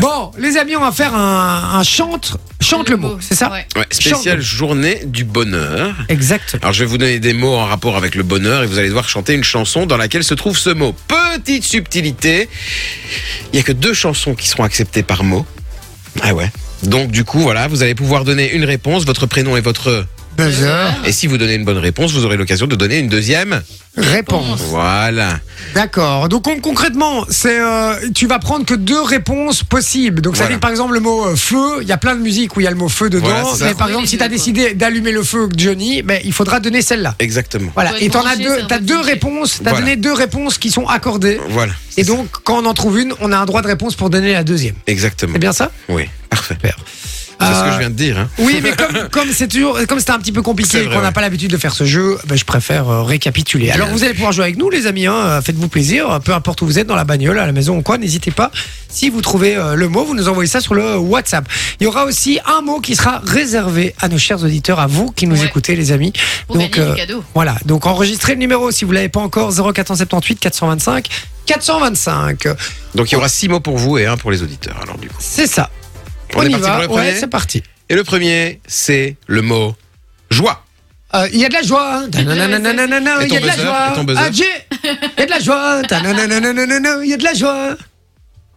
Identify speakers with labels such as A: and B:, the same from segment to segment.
A: Bon, les amis, on va faire un, un chante, chante le mot, c'est ça
B: Ouais.
C: Ouais, spéciale journée du bonheur.
A: Exact.
C: Alors je vais vous donner des mots en rapport avec le bonheur et vous allez devoir chanter une chanson dans laquelle se trouve ce mot. Petite subtilité, il n'y a que deux chansons qui seront acceptées par mot. Ah ouais. Donc du coup voilà, vous allez pouvoir donner une réponse, votre prénom et votre... E.
A: Buzzer,
C: Et si vous donnez une bonne réponse, vous aurez l'occasion de donner une deuxième.
A: réponse.
C: Voilà.
A: D'accord. Donc on- concrètement, c'est euh, tu vas prendre que deux réponses possibles. Donc ça veut
C: Voilà.
A: dire par exemple le mot euh, feu, il y a plein de musiques où il y a le mot feu dedans.
C: Voilà, c'est ça.
A: mais par exemple, si tu as décidé d'allumer le feu, Johnny, ben, il faudra donner celle-là.
C: Exactement.
A: Voilà.
B: Faut
A: Et
B: être
A: t'en as
B: branché,
A: deux,
B: c'est
A: t'as deux
B: impossible.
A: réponses, t'as
C: Voilà.
A: donné deux réponses qui sont accordées.
C: Voilà.
A: Et donc, quand on en trouve une, on a un droit de réponse pour donner la deuxième.
C: Exactement.
A: C'est Eh bien ça
C: Oui, parfait. C'est ce que
A: Euh,
C: je viens de dire. hein.
A: Oui, mais comme comme c'est toujours comme c'était un petit peu
C: C'est
A: compliqué et
C: vrai,
A: qu'on n'a
C: ouais.
A: pas l'habitude de faire ce jeu, ben, je préfère euh, récapituler. Alors vous allez pouvoir jouer avec nous, les amis. hein, euh, Faites-vous plaisir, euh, peu importe où vous êtes, dans la bagnole, à la maison ou quoi, n'hésitez pas. Si vous trouvez euh, le mot, vous nous envoyez ça sur le WhatsApp. Il y aura aussi un mot qui sera réservé à nos chers auditeurs, à vous qui nous
B: Ouais.
A: écoutez, les amis. euh,
B: Pour gagner du cadeau.
A: Voilà, donc enregistrez le numéro si vous l'avez pas encore 0478 425 425.
C: Donc il y aura six mots pour vous et un pour les auditeurs. Alors du coup.
A: C'est ça.
C: On est
A: y
C: parti
A: va.
C: pour le
A: ouais,
C: premier
A: c'est parti.
C: Et le premier, c'est le mot joie.
A: Euh, Il y a de la joie, hein. Tanananananana,
C: Et
A: il
C: ton
A: y a de la
C: buzzer
A: joie.
C: Et ton buzzer
A: Ah, j'ai- il y a de la joie, Tanananananana, il y a de la joie.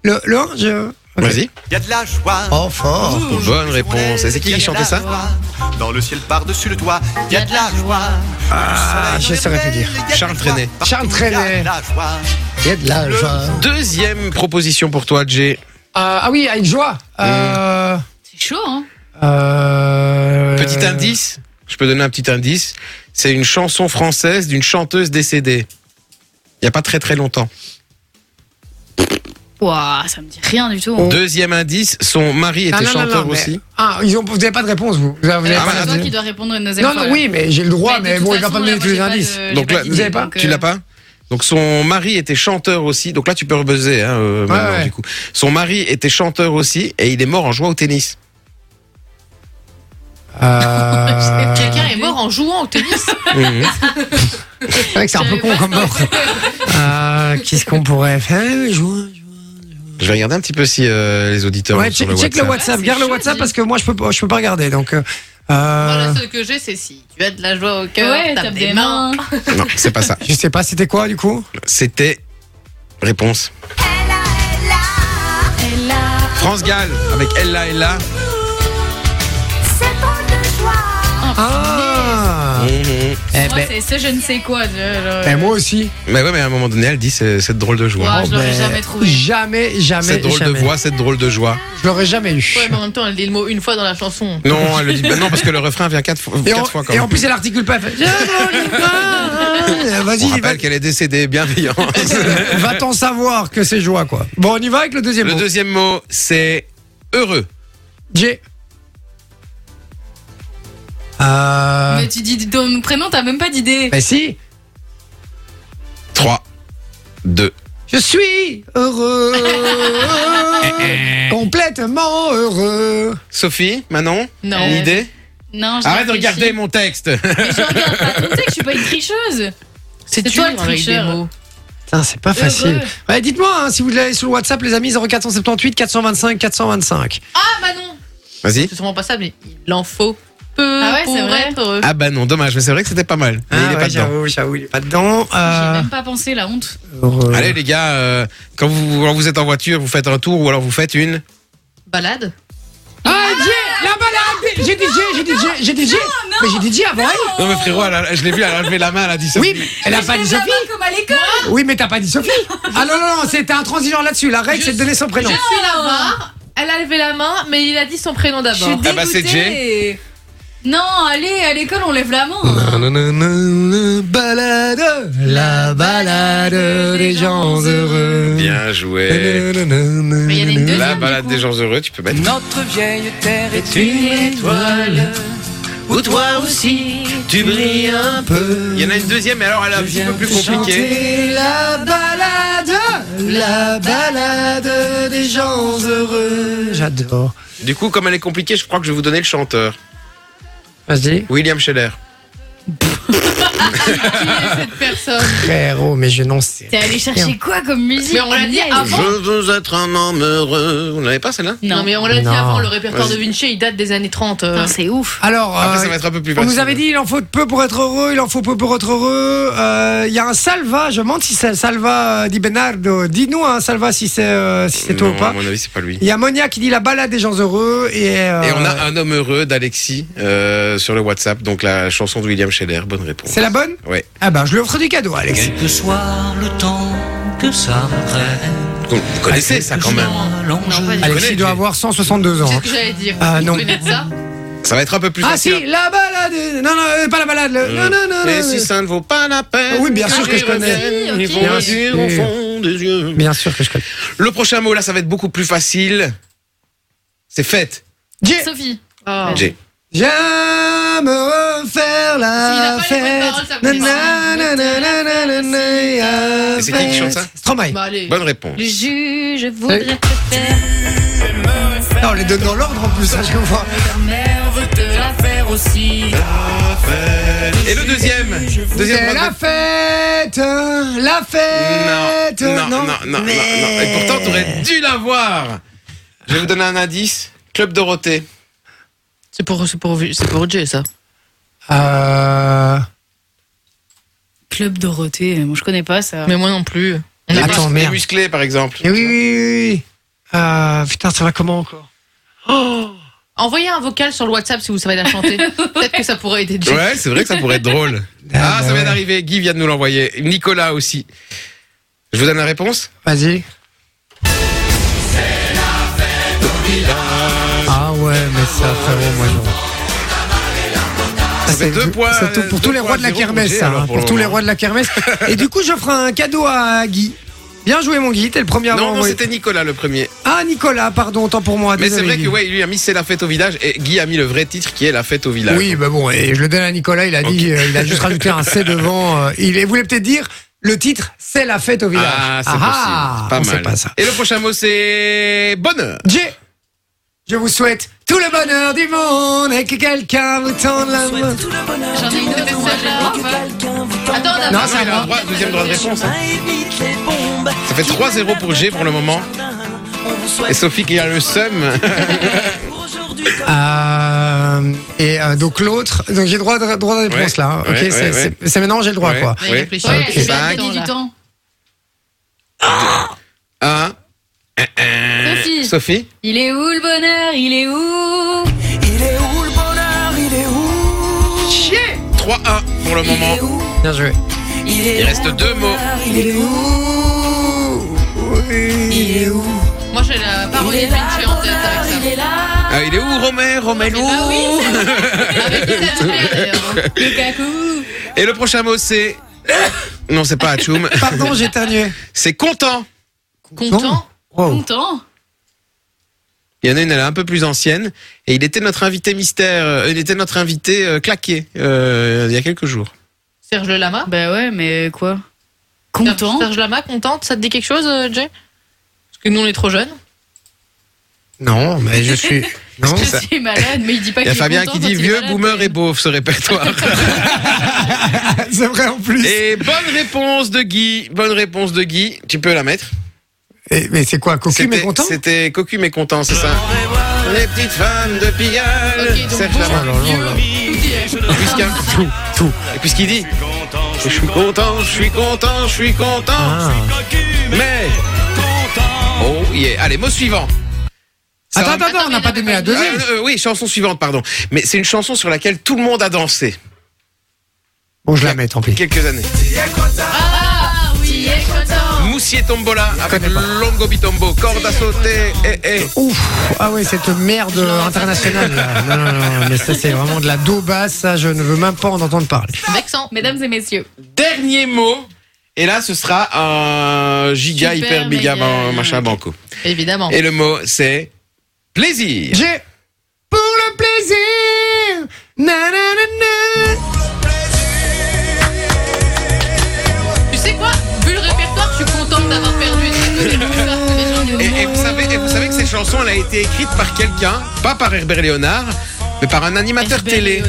A: Le, le un, je- ok.
C: Vas-y.
D: Il y a de la joie.
A: Oh, fort.
C: Bonne réponse. Et c'est qui
D: Il y a
C: qui
D: de
C: chantait
D: la
C: ça
D: joie. Dans le ciel par-dessus le toit, il y a de la joie. Ah,
A: je saurais plus dire.
C: Charles Trenet.
A: Charles Trenet. Il y a de la joie.
C: Deuxième proposition pour toi, Jay.
A: Euh, ah oui, à une joie. Euh,
B: C'est chaud, hein
A: euh,
C: Mm. Petit indice. Je peux donner un petit indice. C'est une chanson française d'une chanteuse décédée. Il n'y a pas très très longtemps.
B: Ouah, ça me dit rien du tout. hein.
C: Deuxième indice, son mari
A: Oh. Non,
C: était
A: non, non,
C: chanteur
A: non, mais-
C: aussi.
A: Ah, ils ont, vous n'avez pas de réponse, vous. Vous avez
B: Euh,
A: pas
C: Ah, bah,
B: c'est
A: de
B: toi
C: attendez.
B: qui dois répondre à nos
A: Non, non, oui, mais j'ai le droit, mais, bon, il va
B: va
A: pas me donner tous les indices.
C: euh, Donc là,
A: vous avez euh, pas
C: Tu l'as pas donc son mari était chanteur aussi, donc là tu peux rebuzzer hein, euh, maintenant,
A: ouais.
C: du coup. Son mari était chanteur aussi et il est mort en jouant au tennis.
A: Euh,
B: Quelqu'un est mort en jouant au tennis.
C: Mhm.
A: C'est vrai que c'est un peu con comme mort. Euh, Qu'est-ce qu'on pourrait faire Eh, joie, joie.
C: Je vais regarder un petit peu si euh, les auditeurs...
A: Ouais,
C: ont sur
A: check, check le
C: WhatsApp.
A: WhatsApp,
B: Ouais,
A: garde le
B: Ah, c'est
A: WhatsApp
B: chaud,
A: parce que moi je peux pas, je peux pas regarder donc. euh,
E: Voilà
A: euh,
E: ce que j'ai, c'est si tu as de la joie au cœur,
B: Ouais,
E: tape, des mains. Ah,
C: Non, c'est pas ça.
A: je sais pas, c'était quoi du coup
C: C'était réponse. France Gall avec Ella Ella.
A: Ah. Eh
B: Moi,
A: ben,
B: c'est ce je ne sais quoi. je- je-
A: eh, moi aussi.
C: Mais ouais, mais à un moment donné, elle dit c'est- cette drôle de joie.
B: Ah, je l'aurais
A: ben,
B: jamais trouvé.
A: Jamais, jamais.
C: cette drôle
A: jamais.
C: de voix, cette drôle de joie.
A: Je l'aurais jamais eu.
E: Ouais, mais en même temps, elle dit le mot une fois dans la chanson.
C: Non, elle le dit. bah non, parce que le refrain vient quatre, fois-
A: et,
C: quatre
A: en,
C: fois quand
A: et
C: même.
A: en plus, elle articule pas. elle fait, Je m'en- Ah, ah,
C: On
A: Vas-y, va-
C: rappelle qu'elle est décédée, bienveillante.
A: va t'en savoir que c'est joie quoi. Bon, on y va avec le deuxième.
C: le
A: mot.
C: deuxième mot, c'est heureux.
A: J'ai. Euh...
B: Mais tu dis ton prénom, t'as même pas d'idée.
A: Mais Bah, si.
C: 3, 2.
A: Je suis heureux, complètement heureux.
C: Sophie, Manon,
E: Non.
C: une idée
B: Non, j'ai
C: Arrête de
B: réfléchi.
C: regarder mon texte.
B: Mais je regarde pas. Tu sais que je suis pas une tricheuse.
E: C'est
B: C'est
E: dur
B: toi le
E: avec des
B: tricheur.
E: mots.
A: Putain, c'est pas facile. Ouais, dites-moi hein, si vous l'avez sur le WhatsApp, les amis, 0478 425 425.
E: Ah, bah non
C: Vas-y.
E: C'est sûrement pas ça, mais il en faut peu
B: Ah ouais,
E: pour
B: c'est vrai.
E: être heureux.
C: Ah bah non, dommage, mais c'est vrai que c'était pas mal. Mais il est
A: Ah
C: pas
A: ouais,
C: dedans.
A: j'avoue, j'avoue, il est pas dedans.
B: J'ai
A: Euh,
B: même pas pensé, la honte.
A: heureux.
C: Allez les gars, euh, quand, vous, quand vous êtes en voiture, vous faites un tour ou alors vous faites une.
E: Balade
A: Ah, DJ, la balade J'ai DJ, j'ai DJ, j'ai DJ. Mais j'ai DJ avant elle.
C: Non mais frérot, elle a- je l'ai vu, elle a levé la main, elle a dit ça.
A: Oui, mais elle a pas dit Sophie.
B: comme à l'école.
A: Oui, mais t'as pas dit Sophie. Ah non, non, non, c'était intransigeant là-dessus. La règle, c'est de donner son prénom.
E: Je
B: Oh
E: suis la barre. Elle a levé la main, mais il a dit son prénom
B: Je suis
E: d'abord.
C: Ah bah, c'est
B: dégoûtée. Non, allez, à l'école, on lève la main.
A: Nanana, Balade, la balade des gens heureux.
C: Bien joué.
A: Mais
E: il y en a une deuxième.
C: La balade
E: du coup.
C: des gens heureux, tu peux mettre.
F: Notre vieille terre est une étoile, où toi aussi tu brilles un peu.
C: Il y en a une deuxième, mais alors elle est un petit peu plus compliquée.
F: Chanter la balade, la balade des gens heureux.
A: J'adore.
C: Du coup, comme elle est compliquée, je crois que je vais vous donner le chanteur.
A: Vas-y.
C: William Scheller.
E: Qui est cette personne
A: Frérot, mais je n'en sais.
B: T'es allé chercher quoi comme musique
E: Mais on l'a dit
B: Agnès
E: avant.
C: Je veux être un homme heureux. Vous l'avez pas celle-là
E: Non, mais on l'a dit
A: Non.
E: avant, le répertoire
C: Vas-y.
E: de Vinci, il date des années 30. euh.
B: Putain, C'est ouf.
A: Alors,
C: Après,
A: euh,
C: ça va être un peu plus
A: on
C: facile.
A: nous avait dit il en faut peu pour être heureux, il en faut peu pour être heureux. Euh, Il y a un Salva, je me demande si c'est Salva euh, Di Bernardo. Dis-nous, hein, Salva, si c'est euh, si c'est toi
C: Non,
A: ou pas.
C: À mon avis, c'est pas lui.
A: Il y a Monia qui dit la balade des gens heureux et. euh,
C: Et on a un homme heureux d'Alexis euh, sur le WhatsApp. Donc la chanson de William Scheller. Bonne réponse.
A: C'est la bonne
C: Ouais.
A: Ah ben, je lui offre du cadeau, Alex.
F: Que soit le temps que ça prenne.
C: Vous
A: Ah,
C: connaissez ça quand même.
F: L'enjeu
E: Non, pas
C: Allez.
E: du
A: Alex,
C: connais,
A: il doit
C: tu-
A: avoir 162 ans.
E: C'est
A: hein.
E: ce que j'allais dire.
A: Ah,
E: Vous
A: non.
E: connaissez ça
C: Ça va être un peu plus
A: Ah
C: facile.
A: si, la balade. Non, non, euh, pas la balade. le- Non, non, non,
C: Et
A: non,
C: si
A: non.
C: ça ne vaut pas la peine.
A: Ah Oui, bien sûr
C: quand
A: que je
C: ils
A: connais.
C: reviennent,
B: Oui,
C: Ils
B: ok.
C: vont
A: Bien
C: dire au
A: sûr.
C: fond des yeux.
A: Bien sûr que je connais.
C: Le prochain mot, là, ça va être beaucoup plus facile. C'est fête.
A: J'ai-
B: Sophie.
A: Ah.
E: Oh.
C: Jay.
A: J'aime refaire la
E: S'il a pas les bonnes
A: fête.
E: paroles, ça me fait
A: Na, na, na, na, na, na, na,
C: Et c'est qui qui
A: fête.
C: chante ça
A: Stromae.
E: Bah, allez.
C: Bonne réponse.
B: Le juge voudrait
A: Salut.
B: te faire
A: Non, on les donne dans l'ordre en plus, ça je comprends.
C: Et le deuxième Deuxième
A: C'est
C: mot de-
A: la fête, la fête.
C: Non, non, non, non,
A: mais-
C: non, non. Et pourtant, t'aurais dû l'avoir. Je vais vous donner un indice. Club Dorothée.
E: C'est pour, c'est pour, c'est pour Jay, ça.
A: Euh,
B: Club Dorothée. euh, Moi, je connais pas ça.
E: Mais moi non plus. On
C: Les
E: est
A: Attends,
C: mus- les
A: merde.
C: musclés, par exemple.
A: Et eh oui, oui, oui. oui. Euh, putain, ça va comment encore
E: pas- Envoyez un vocal sur le WhatsApp si vous savez la chanter. Peut-être que ça pourrait aider Jay.
C: Ouais, c'est vrai que ça pourrait être drôle. Ah,
A: bah
C: ça vient
A: ouais.
C: d'arriver. Guy vient de nous l'envoyer. Nicolas aussi. Je vous donne la réponse
A: Vas-y. Ah ouais, mais ça, frérot, moi je. Ça,
C: fait deux
A: tout-
C: points,
A: C'est tout pour
C: deux
A: tous les
C: points
A: rois de la
C: zéro pour G,
A: kermesse, ça.
C: alors,
A: hein,
C: pour
A: Pour
C: le
A: tous les
C: moment.
A: rois de la kermesse. Et du coup, j'offre un cadeau à Guy. Bien joué, mon Guy. T'es le premier à
C: Non,
A: avoir
C: non,
A: envoyé.
C: c'était Nicolas le premier.
A: Ah, Nicolas, pardon, tant pour moi.
C: Mais c'est
A: désolé,
C: vrai
A: Guy.
C: que ouais, lui a mis C'est la fête au village et Guy a mis le vrai titre qui est La fête au village.
A: Oui, bah bon, et je le donne à Nicolas, il a dit, euh, il a juste rajouté un C devant. euh, il voulait peut-être dire, le titre, c'est la fête au village.
C: Ah, c'est
A: ah,
C: possible. Pas
A: on
C: mal.
A: sait pas ça. Ah,
C: Et le prochain mot, c'est bonheur.
A: Jay, je vous souhaite tout le bonheur du monde et que quelqu'un vous tende la main.
E: J'en ai une autre, moi, j'ai le droit ou pas Attends, on a
A: Non,
C: Ah non,
E: pas-
C: il a un droit, deuxième droit de réponse. hein. Ça fait 3-0 pour G pour le moment. Et Sophie qui a le seum.
A: Ah. Euh, et euh, donc l'autre, donc j'ai droit de, droit de réponse
C: Ouais,
A: là. hein. Ok,
C: ouais,
A: c'est
C: ouais,
A: c'est-
C: ouais.
A: c'est maintenant j'ai le droit
C: Ouais.
A: quoi.
E: Ouais,
C: Oui.
E: réfléchis.
A: Ok.
B: Je vais
E: Bah,
C: Cinq.
B: gagner du temps.
C: 1.
B: Sophie.
C: Euh, Sophie
B: Il est où le bonheur Il est où
C: 3-1 pour le moment.
A: Bien joué.
C: Il reste deux mots.
A: Il est où Il est où
E: Moi, j'ai la parodie de Vinci en tête avec
C: Ah, il est où Romain Romelo
E: ça. Avec qui ça fait, d'ailleurs.
B: Lukaku.
C: Et le prochain mot c'est. Non, c'est pas Atchoum.
A: Pardon, j'ai éternué.
C: C'est content.
A: Non.
E: Content
A: Wow.
B: Content.
C: Il y en a une, elle est un peu plus ancienne. Et il était notre invité mystère. euh, il était notre invité euh, claqué euh, il y a quelques jours.
E: Serge le Lama
B: Bah ouais, mais quoi Content.
E: Serge Lama, contente, ça te dit quelque chose, euh, Jay Parce que nous, on est trop jeunes.
A: Non, mais je suis. Non.
B: Je suis malade, mais il dit pas
C: Il
B: qu'il
C: y a
B: est
C: Fabien
B: content
C: qui
B: quand
C: dit
B: il est
C: vieux,
B: malade,
C: boomer
B: mais-
C: et beauf ce répertoire.
A: C'est vrai en plus.
C: et bonne réponse de Guy. Bonne réponse de Guy. Tu peux la mettre.
A: Et- mais c'est quoi, cocu mais
C: C'était-
A: content
C: C'était cocu mais content, c'est ça. Les petites femmes de Pigalle.
E: Ok, donc
C: Serge
E: bon,
C: Lama.
A: Lama.
E: vieux,
A: Oh là là.
E: tout est-
C: Et puisqu'un- Et puis ce qu'il dit Je suis content, je suis content, je suis content.
A: Ah.
C: Mais. Oh yeah. Allez, mot suivant. Ça
A: Attends,
C: va-
A: attends, attends, on n'a pas donné la
C: Ah,
A: deuxième.
C: euh, oui, chanson suivante, pardon. Mais c'est une chanson sur laquelle tout le monde a dansé.
A: Bon, je la mets, tant pis.
C: Quelques années.
E: Ah oui, il est content.
C: Moussier Tombola avec
A: connais pas.
C: Longo Bitombo, corde à sauter. Eh, eh.
A: Ouf, ah ouais, cette merde internationale. Là. Non, non, non, mais ça c'est vraiment de la dos basse, ça je ne veux même pas en entendre parler.
E: Vexant.
B: Mesdames et messieurs.
C: Dernier mot. Et là, ce sera un giga
E: Super
C: hyper méga
E: méga.
C: ban- machin banco.
E: Évidemment.
C: Et le mot, c'est plaisir.
A: J'ai pour le plaisir. Na, na, na, na.
E: Tu sais quoi Vu le répertoire, je suis contente d'avoir perdu.
C: Et, et vous savez, et vous savez que cette chanson, elle a été écrite par quelqu'un, pas par Herbert Léonard, mais par un animateur télé.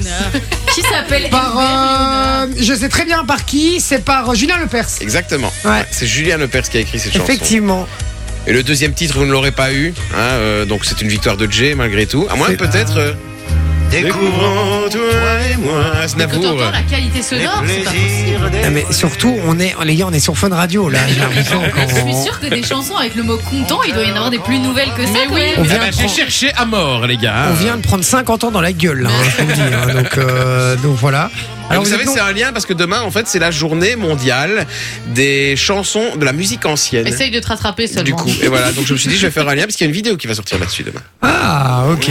B: Qui s'appelle
A: Par,
B: Elbert
A: euh, je sais très bien par qui, c'est par euh, Julien Lepers.
C: Exactement.
A: Ouais.
C: C'est Julien Lepers qui a écrit cette chanson.
A: Effectivement.
C: Et le deuxième titre, vous ne l'aurez pas eu. hein, euh, donc c'est une victoire de Jay malgré tout. À moins
A: C'est-
C: que peut-être. euh, Découvrons toi et moi.
E: Quand
C: Snapour.
E: t'entends la qualité sonore, c'est pas possible.
A: Ah, mais surtout, on est, les gars, on est sur Fun Radio là. J'ai l'impression qu'on-
B: Je suis sûr que des chansons avec le mot content, il doit y en avoir des plus nouvelles que ça.
E: Mais oui.
A: On vient,
B: quoi.
C: Eh ben,
G: Ah bah,
A: de
G: J'ai
A: prendre-
G: cherché à mort, les gars.
A: on vient de prendre 50 ans dans la gueule là, hein, je vous le dis, hein. donc, euh, donc voilà.
C: Alors Ah, vous,
A: êtes
C: savez,
A: non-
C: c'est un lien parce que demain, en fait, c'est la journée mondiale des chansons de la musique ancienne.
E: Essaye de te rattraper seulement.
C: Du coup, et voilà. Donc je me suis dit, je vais faire un lien parce qu'il y a une vidéo qui va sortir là-dessus demain.
A: Ah, ok.